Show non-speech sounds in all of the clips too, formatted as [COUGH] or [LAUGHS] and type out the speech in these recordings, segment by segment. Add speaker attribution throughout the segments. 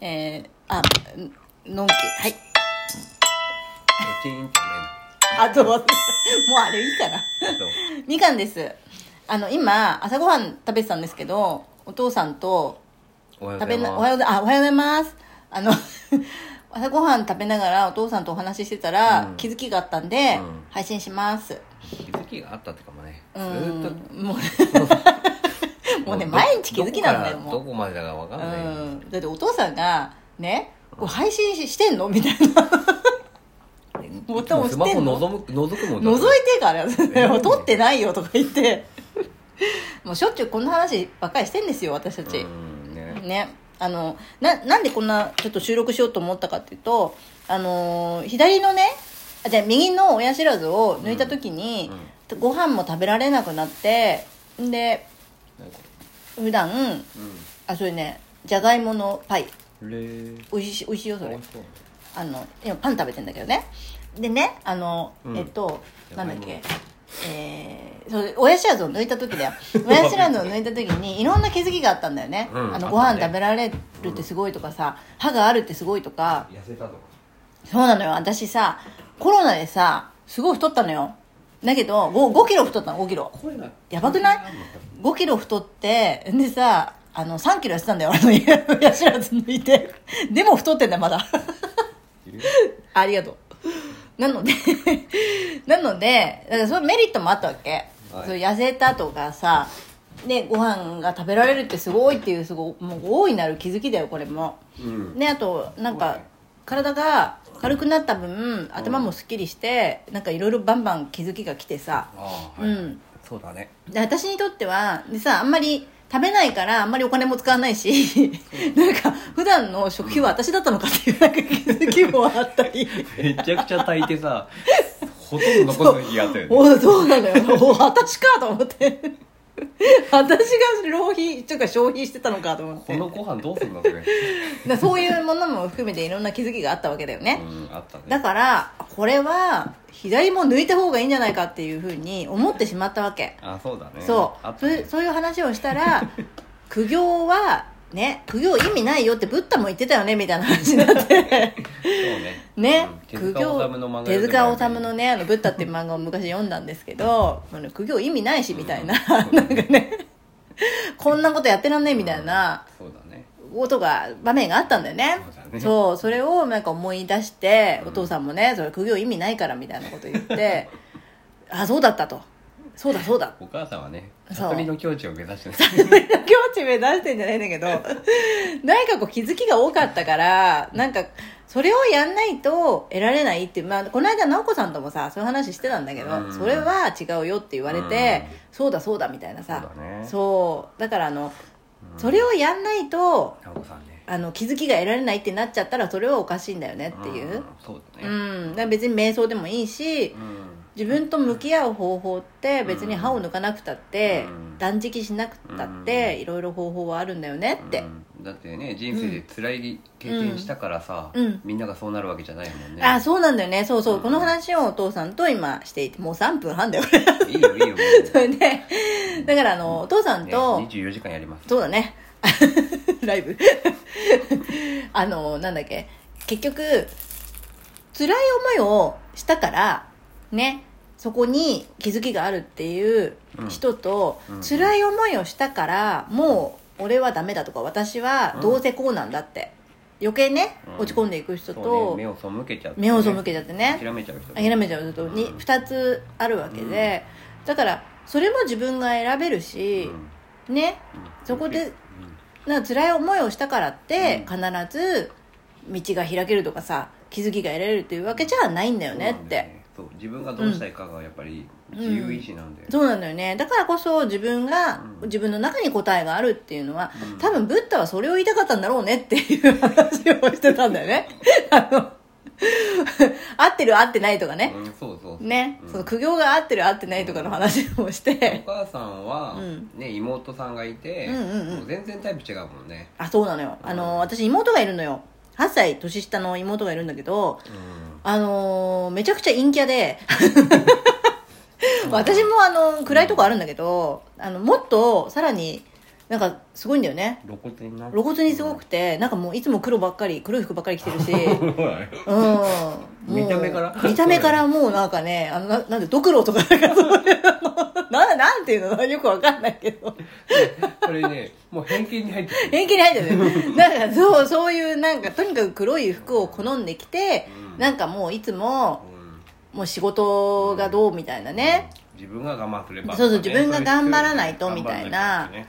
Speaker 1: えー、あ、んのんけ、はい。
Speaker 2: チーン
Speaker 1: あとは、もうあれいいかな。
Speaker 2: とね。
Speaker 1: みかんです。あの、今、朝ごはん食べてたんですけど、お父さんと、
Speaker 2: おはよ
Speaker 1: 食
Speaker 2: うござ
Speaker 1: べ
Speaker 2: い
Speaker 1: な、お
Speaker 2: ま
Speaker 1: は
Speaker 2: す。
Speaker 1: ようござあ、おはようございます。あの、 [LAUGHS] 朝ごはん食べながらお父さんとお話ししてたら、
Speaker 2: うん
Speaker 1: 気づきがあったんで、
Speaker 2: うん
Speaker 1: 配信します。
Speaker 2: 気づきがあったっていうかもね。ず
Speaker 1: う
Speaker 2: ーっ
Speaker 1: ん
Speaker 2: と。。
Speaker 1: もう、
Speaker 2: [LAUGHS]
Speaker 1: もうね
Speaker 2: ど
Speaker 1: 毎日気づきなんだよもう
Speaker 2: どこからどこまでだかわかんない。
Speaker 1: うん。だってお父さんが、ね、こう配信ししてんのみたいな。ボタン押
Speaker 2: ス
Speaker 1: し
Speaker 2: マ
Speaker 1: て
Speaker 2: ホ
Speaker 1: んの
Speaker 2: 覗く覗くもんだ
Speaker 1: 覗い
Speaker 2: って
Speaker 1: てから、
Speaker 2: ん
Speaker 1: 撮ってないよとか言って。もうしょっちゅうこんな話ばっかりしてんですよ、私たち。
Speaker 2: うんね。
Speaker 1: ねあのななんでこんなちょっと収録しようと思ったかっていうとあのー左のねあじゃあ右の親知らずを抜いた時に、ご飯も食べられなくなってんで
Speaker 2: なんか
Speaker 1: 普段あそれねじゃがいものパイ
Speaker 2: うん。レー。
Speaker 1: 美味しい美味しいよそ
Speaker 2: 美
Speaker 1: れ
Speaker 2: 味しそうね
Speaker 1: あの今パン食べてんだけどねでねあの、
Speaker 2: うん
Speaker 1: えっとなんだっ
Speaker 2: じゃがい
Speaker 1: け
Speaker 2: も
Speaker 1: えー、そう親知らずを抜いた時だ
Speaker 2: [LAUGHS]
Speaker 1: よ親知らずを抜いた時にいろんな気づきがあったんだよね、
Speaker 2: うん
Speaker 1: あの
Speaker 2: あったね
Speaker 1: ご飯食べられるってすごいとかさ、歯があるってすごいとか
Speaker 2: 痩せたとか。
Speaker 1: そうなのよ私さコロナでさすごい太ったのよだけど 5, 5キロ太ったの5キロ
Speaker 2: 声が。
Speaker 1: やばくない5キロ太ってでさあの3キロ痩せたんだよあ [LAUGHS] の親知らず抜いてでも太ってんだよまだ [LAUGHS] ありがとう。なので、 [LAUGHS] なので、だからそのメリットもあったわけ。
Speaker 2: はい
Speaker 1: そう痩せたとかさ、ね、ご飯が食べられるってすごいっていう、すごい、もう大いなる気づきだよ、これも。
Speaker 2: うん。
Speaker 1: ね、あと、なん
Speaker 2: そう
Speaker 1: か
Speaker 2: ね、
Speaker 1: 体が軽くなった分、頭もすっきりして、なんかいろいろバンバン気づきが来てさ。
Speaker 2: あ
Speaker 1: う
Speaker 2: あ。はい
Speaker 1: ん。
Speaker 2: そうだね。
Speaker 1: で私にとってはでさあんまり食べないからあんまりお金も使わないし [LAUGHS] なんか普段の食費は私だったのかっていうなんか気づきもあったり
Speaker 2: めちゃくちゃ炊いてさ、ほとんど残す日があったよね。
Speaker 1: おそうなのよお私かと思って私が浪費というか消費してたのかと思っ
Speaker 2: こ
Speaker 1: て
Speaker 2: のご飯どうすんだそれ。
Speaker 1: だそういうものも含めていろんな気づきがあったわけだよね、
Speaker 2: うん、あったね。
Speaker 1: だからこれは左も抜いた方がいいんじゃないかっていうふうに思ってしまったわけ
Speaker 2: あ、そうだね。
Speaker 1: そ
Speaker 2: あっ
Speaker 1: う
Speaker 2: た
Speaker 1: そうい
Speaker 2: ね
Speaker 1: う。そういう話をしたら苦行はね苦行意味ないよってブッダも言ってたよねみたいな話になって
Speaker 2: そうね。
Speaker 1: ね
Speaker 2: うん、
Speaker 1: 苦
Speaker 2: 手塚治
Speaker 1: 行
Speaker 2: 虫の漫画
Speaker 1: 手
Speaker 2: 読んでも
Speaker 1: 塚
Speaker 2: らえ
Speaker 1: 治
Speaker 2: ばいい
Speaker 1: 虫のね「あのブッダ」っていう漫画を昔読んだんですけどあの苦行意味ないしみたいな、
Speaker 2: う
Speaker 1: [LAUGHS]
Speaker 2: ん
Speaker 1: なんかねこんなことやってらんねえみたいな
Speaker 2: そうだね。
Speaker 1: ことが場面があったんだよね
Speaker 2: そうだね
Speaker 1: そうそれをなんか思い出して、
Speaker 2: うん
Speaker 1: お父さんもねそれ苦行意味ないからみたいなこと言って
Speaker 2: [LAUGHS]
Speaker 1: あそうだったとそうだそうだ
Speaker 2: お母さんはね、
Speaker 1: そう
Speaker 2: 悟りの境地を目指してね
Speaker 1: [LAUGHS] 境地目指してんじゃないんだけど、なんかこう気づきが多かったから、なんか、それをやんないと得られないっていう、まあ、この間、直子さんともさ、そういう話してたんだけど、
Speaker 2: うん
Speaker 1: それは違うよって言われて、
Speaker 2: うん
Speaker 1: そうだそうだみたいなさ、
Speaker 2: そうだね
Speaker 1: そうだからあの、それをやんないと、
Speaker 2: 直子さんね。
Speaker 1: あの、気づきが得られないってなっちゃったら、それはおかしいんだよねっていう。
Speaker 2: ん。そう
Speaker 1: う
Speaker 2: だね。
Speaker 1: ん。だから別に瞑想でもいいし、
Speaker 2: うん。
Speaker 1: 自分と向き合う方法って別に歯を抜かなくたって、
Speaker 2: うん
Speaker 1: 断食しなくたって、いろいろ方法はあるんだよねって、
Speaker 2: うんだってね人生で辛い経験したからさ、
Speaker 1: うん
Speaker 2: みんながそうなるわけじゃないもんね
Speaker 1: あそうなんだよねそうそう、
Speaker 2: うん
Speaker 1: この話をお父さんと今していてもう3分半だよ
Speaker 2: いいよいいよもう
Speaker 1: [LAUGHS] それでだからあのお父さん
Speaker 2: ね、
Speaker 1: と、
Speaker 2: 24時間やります
Speaker 1: そうだね [LAUGHS] ライブ [LAUGHS] あのなんだっけ結局辛い思いをしたからねそこに気づきがあるっていう人と、
Speaker 2: うんうん
Speaker 1: 辛い思いをしたからもう俺はダメだとか私はどうせこうなんだって、余計ね
Speaker 2: うん
Speaker 1: 落ち込んでいく人
Speaker 2: そう
Speaker 1: と、
Speaker 2: ね、目を背けちゃって、
Speaker 1: 目を背けちゃってね
Speaker 2: 諦めちゃう人
Speaker 1: 諦めちゃうとに
Speaker 2: うん
Speaker 1: 2つあるわけで、だからそれも自分が選べるし、ねそこで、なんか辛い思いをしたからって必ず道が開けるとかさ気づきが得られるというわけじゃないんだ
Speaker 2: だ
Speaker 1: よねって
Speaker 2: そう自分がどうしたいかがやっぱり自由意志なんで、
Speaker 1: そうなんだよねだからこそ自分が
Speaker 2: うん
Speaker 1: 自分の中に答えがあるっていうのは
Speaker 2: うん
Speaker 1: 多分ブッダはそれを言いたかったんだろうねっていう話をしてたんだよね [LAUGHS] あの合ってる合ってないとかね
Speaker 2: うんそうそうそう
Speaker 1: ね、
Speaker 2: うん
Speaker 1: その苦行が合ってる合ってないとかの話をし
Speaker 2: お
Speaker 1: て、
Speaker 2: 母さんは、
Speaker 1: うん
Speaker 2: ね、妹さんがいて、
Speaker 1: うんうんうん
Speaker 2: も全然タイプ違うもんね、
Speaker 1: あそうなのよあの私妹がいるのよ8歳年下の妹がいるんだけど
Speaker 2: うん
Speaker 1: あのーめちゃくちゃ陰キャ
Speaker 2: [LAUGHS]
Speaker 1: で私もあの暗いとこあるんだけどあのもっとさらになんかすごいんだよね
Speaker 2: 露骨にな
Speaker 1: 露骨にすご
Speaker 2: [LAUGHS]
Speaker 1: くてなんかもういつも黒ばっかり黒い服ばっかり着てるし
Speaker 2: はい
Speaker 1: うんもう
Speaker 2: 見た目から
Speaker 1: 見た目からもうなんかねあのななんでドクロとかなんかそういう [LAUGHS] のななんていうのよくわかんないけど
Speaker 2: これねもう偏見に入ってくる
Speaker 1: 偏見に入ってるねなんかそうそういうなんかとにかく黒い服を好んできて、
Speaker 2: うん
Speaker 1: なんかもういつも
Speaker 2: うん
Speaker 1: もう仕事がどうみたいなね、
Speaker 2: 自分が我慢すれば
Speaker 1: そうそう
Speaker 2: とか
Speaker 1: 自分が
Speaker 2: れ必要
Speaker 1: 頑張らないとみたいな
Speaker 2: 頑張らきゃいけいね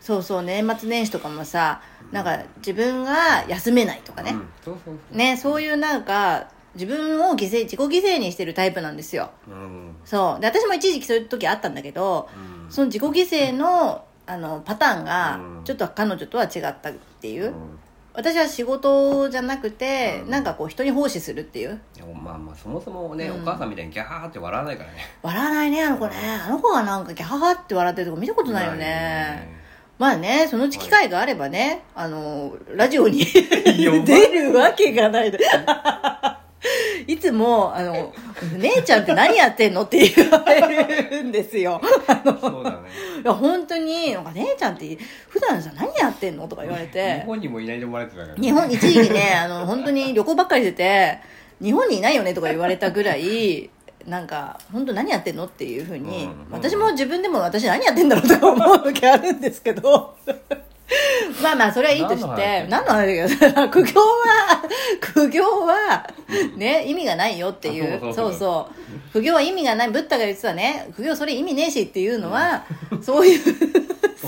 Speaker 1: そうそう年末年始とかもさなんか自分が休めないとか
Speaker 2: うん
Speaker 1: ね
Speaker 2: う、んそうそうそう
Speaker 1: ねそういうなんか自分を犠牲自己犠牲にしてるタイプなんですよ
Speaker 2: うん
Speaker 1: そうで私も一時期そういう時あったんだけど
Speaker 2: うん
Speaker 1: その自己犠牲のあのパターンが
Speaker 2: うん
Speaker 1: ちょっと彼女とは違ったっていうう、
Speaker 2: ん
Speaker 1: 私は仕事じゃなくて、
Speaker 2: うん
Speaker 1: なんかこう人に奉仕するっていう
Speaker 2: でもまあまあそもそもね、
Speaker 1: うん
Speaker 2: お母さんみたいにギャーって笑わないからね
Speaker 1: 笑わないねあの子ねあの子がなんかギャハハって笑ってるとこ見たことないよねまあねそのうち機会があればね、あのラジオに
Speaker 2: や
Speaker 1: 出るわけがないいつもあの「姉ちゃんって何やってんの?」って言われるんですよ
Speaker 2: ないそうだね
Speaker 1: いや本当になんか姉ちゃんって普段さ何やってんのとか言われ
Speaker 2: 日
Speaker 1: て
Speaker 2: 本にもいないと思われてたから
Speaker 1: 日本一時期ねあ [LAUGHS] の本当に旅行ばっかりしてて日本にいないよねとか言われたぐらいなんか本当何やってんのっていうふうに、
Speaker 2: うんうん
Speaker 1: 私も自分でも私何やってんだろうとか思う時あるんですけど [LAUGHS] まあまあそれはいいとして何
Speaker 2: 何
Speaker 1: の話だけど [LAUGHS] 苦行は苦行はね意味がないよっていう
Speaker 2: そ
Speaker 1: そ
Speaker 2: うそううそう
Speaker 1: そう苦行は意味がないブッダが言ってたね苦行それ意味ねえしっていうのは、そう
Speaker 2: [LAUGHS]
Speaker 1: いう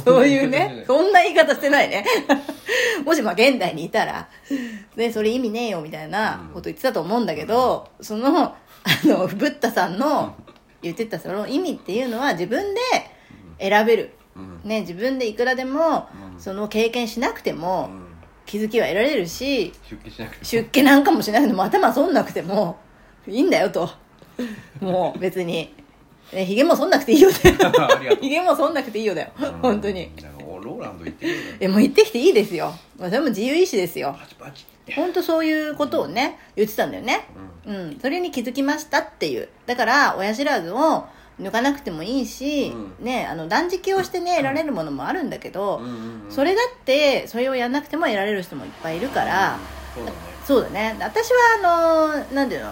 Speaker 1: そういうね、そんな言い方してないね。 [LAUGHS] もしまあ現代にいたら、ね、それ意味ねえよみたいなこと言ってたと思うんだけど、その、あの、ブッダさんの言ってたその意味っていうのは自分で選べる。
Speaker 2: うん
Speaker 1: ね、自分でいくらでも、その経験しなくて
Speaker 2: う
Speaker 1: も
Speaker 2: ん
Speaker 1: 気づきは得られるし、
Speaker 2: 出家しなくて
Speaker 1: 出家なんかもしなくても頭そんなくてもいいんだよと。もう別に。ね、髭もそんなくていいよね。
Speaker 2: も [LAUGHS] あり
Speaker 1: [LAUGHS]
Speaker 2: がと
Speaker 1: ヒゲもそんなくていいよだよ
Speaker 2: う
Speaker 1: [LAUGHS] 本当に
Speaker 2: うんおローランド行ってくる
Speaker 1: えもう行ってきていいですよまあそれも自由意志ですよ
Speaker 2: パチパチって
Speaker 1: 本当そういうことをね言ってたんだよね
Speaker 2: うん
Speaker 1: うんそれに気づきましたっていうだから親知らずを抜かなくてもいいし、
Speaker 2: う
Speaker 1: ねあの断食をしてね得られるものもあるんだけど、
Speaker 2: うんうんうん
Speaker 1: それだってそれをやんなくても得られる人もいっぱいいるから、
Speaker 2: そうだね
Speaker 1: そうだね私はあのなんていうの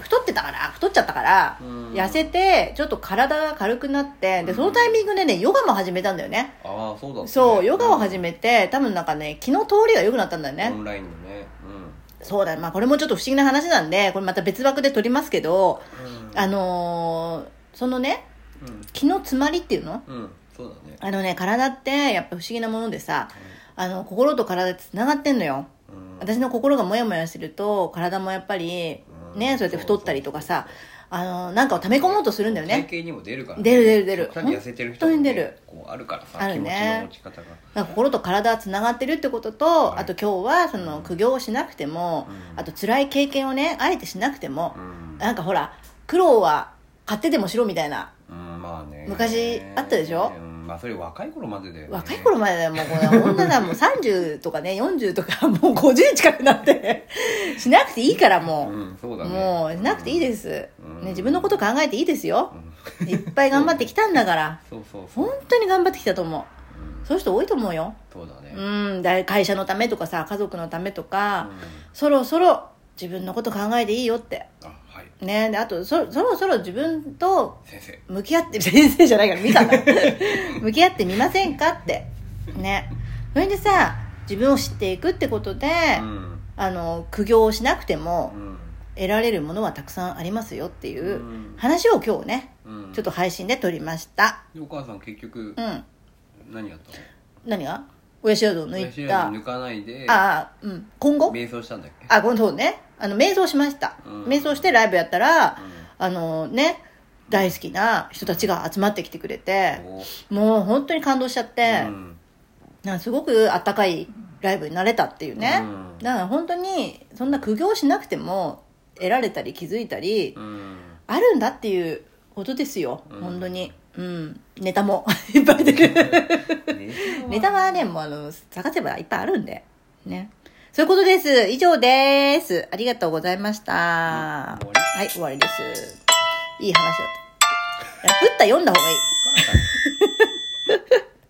Speaker 1: 太ってたから太っちゃったから、
Speaker 2: うん
Speaker 1: 痩せてちょっと体が軽くなってでそのタイミングでねヨガも始めたんだよね
Speaker 2: ああそうだったね
Speaker 1: そうヨガを始めて多分なんかね気の通りが良くなったんだよ
Speaker 2: オ
Speaker 1: ね
Speaker 2: ンラインのね
Speaker 1: そうだまあこれもちょっと不思議な話なんでこれまた別枠で撮りますけど
Speaker 2: うん
Speaker 1: あのーそのね
Speaker 2: うん
Speaker 1: 気の詰まりっていうの
Speaker 2: うんうんそうだね
Speaker 1: あのね体ってやっぱ不思議なものでさあの心と体ってつながってんのよ
Speaker 2: うん
Speaker 1: 私の心がモヤモヤすると体もやっぱり
Speaker 2: うん
Speaker 1: ねそうやって太ったりとかさあのなんかを溜め込もうとするんだよ
Speaker 2: 体
Speaker 1: ね
Speaker 2: 型にも出るからね
Speaker 1: 出る出る出る
Speaker 2: 極端に痩せてる人もね
Speaker 1: 本当に出る
Speaker 2: こうあるからさ
Speaker 1: あるね
Speaker 2: 気持ちの持ち
Speaker 1: だ
Speaker 2: 方が
Speaker 1: から心と体はつながってるってことと
Speaker 2: はい
Speaker 1: あと今日はその苦行をしなくても
Speaker 2: うん
Speaker 1: あと辛い経験をねあえてしなくても
Speaker 2: うん
Speaker 1: なんかほら苦労は買ってでもしろみたいな
Speaker 2: うんまあね
Speaker 1: 昔あったでしょ
Speaker 2: うんまあそれ若い頃までだよね
Speaker 1: 若い頃までだよもうこれ女だもう30とか
Speaker 2: [LAUGHS]
Speaker 1: ね40とかもう50近くなって
Speaker 2: [LAUGHS]
Speaker 1: しなくていいからもう。
Speaker 2: うんそうだね
Speaker 1: もうしなくていいです、
Speaker 2: うん
Speaker 1: ね、自分のこと考えていいですよ
Speaker 2: う、ん
Speaker 1: いっぱい頑張ってきたんだから
Speaker 2: そうそうそう
Speaker 1: 本当に頑張ってきたと思
Speaker 2: うん
Speaker 1: うそういう人多いと思うよ
Speaker 2: そうだね
Speaker 1: うんだ会社のためとかさ家族のためとか、
Speaker 2: うん
Speaker 1: そろそろ自分のこと考えていいよって
Speaker 2: あはい
Speaker 1: ねであとそそろそろ自分と
Speaker 2: 先生
Speaker 1: 向き合って先生じゃないからみかん
Speaker 2: [LAUGHS]
Speaker 1: だ向き合ってみませんかってねそれでさ自分を知っていくってことで、
Speaker 2: うん
Speaker 1: あの苦行をしなくても
Speaker 2: うん
Speaker 1: 得られるものはたくさんありますよっていううん話を今日ね
Speaker 2: うん
Speaker 1: ちょっと配信で撮りました
Speaker 2: でお母さん結局
Speaker 1: うん
Speaker 2: 何やったの
Speaker 1: 何が親知らずを抜
Speaker 2: 親知
Speaker 1: い
Speaker 2: ら
Speaker 1: た
Speaker 2: ず抜かないで
Speaker 1: ああうん今後
Speaker 2: 瞑想したんだっけ
Speaker 1: あこのそうねあの瞑想しました、
Speaker 2: うん
Speaker 1: 瞑想してライブやったら、
Speaker 2: うん
Speaker 1: あのね大好きな人たちが集まってきてくれて
Speaker 2: お
Speaker 1: もう本当に感動しちゃって、
Speaker 2: うん
Speaker 1: なんかすごくあったかいライブになれたっていうね、
Speaker 2: うん
Speaker 1: だから本当にそんな苦行しなくても得られたり気づいたり、 [LAUGHS]
Speaker 2: うん
Speaker 1: あるんだっていうことですよ、
Speaker 2: うん
Speaker 1: 本当にうんネタも [LAUGHS] いっぱい出る
Speaker 2: 瞑想
Speaker 1: ネタはね、もうあの、探せばいっぱいあるんで。ね。そういうことです。以上です。ありがとうございました。は
Speaker 2: 終わり
Speaker 1: い、終わりです。いい話だった。いや、打った読んだ方がいい。
Speaker 2: お母さん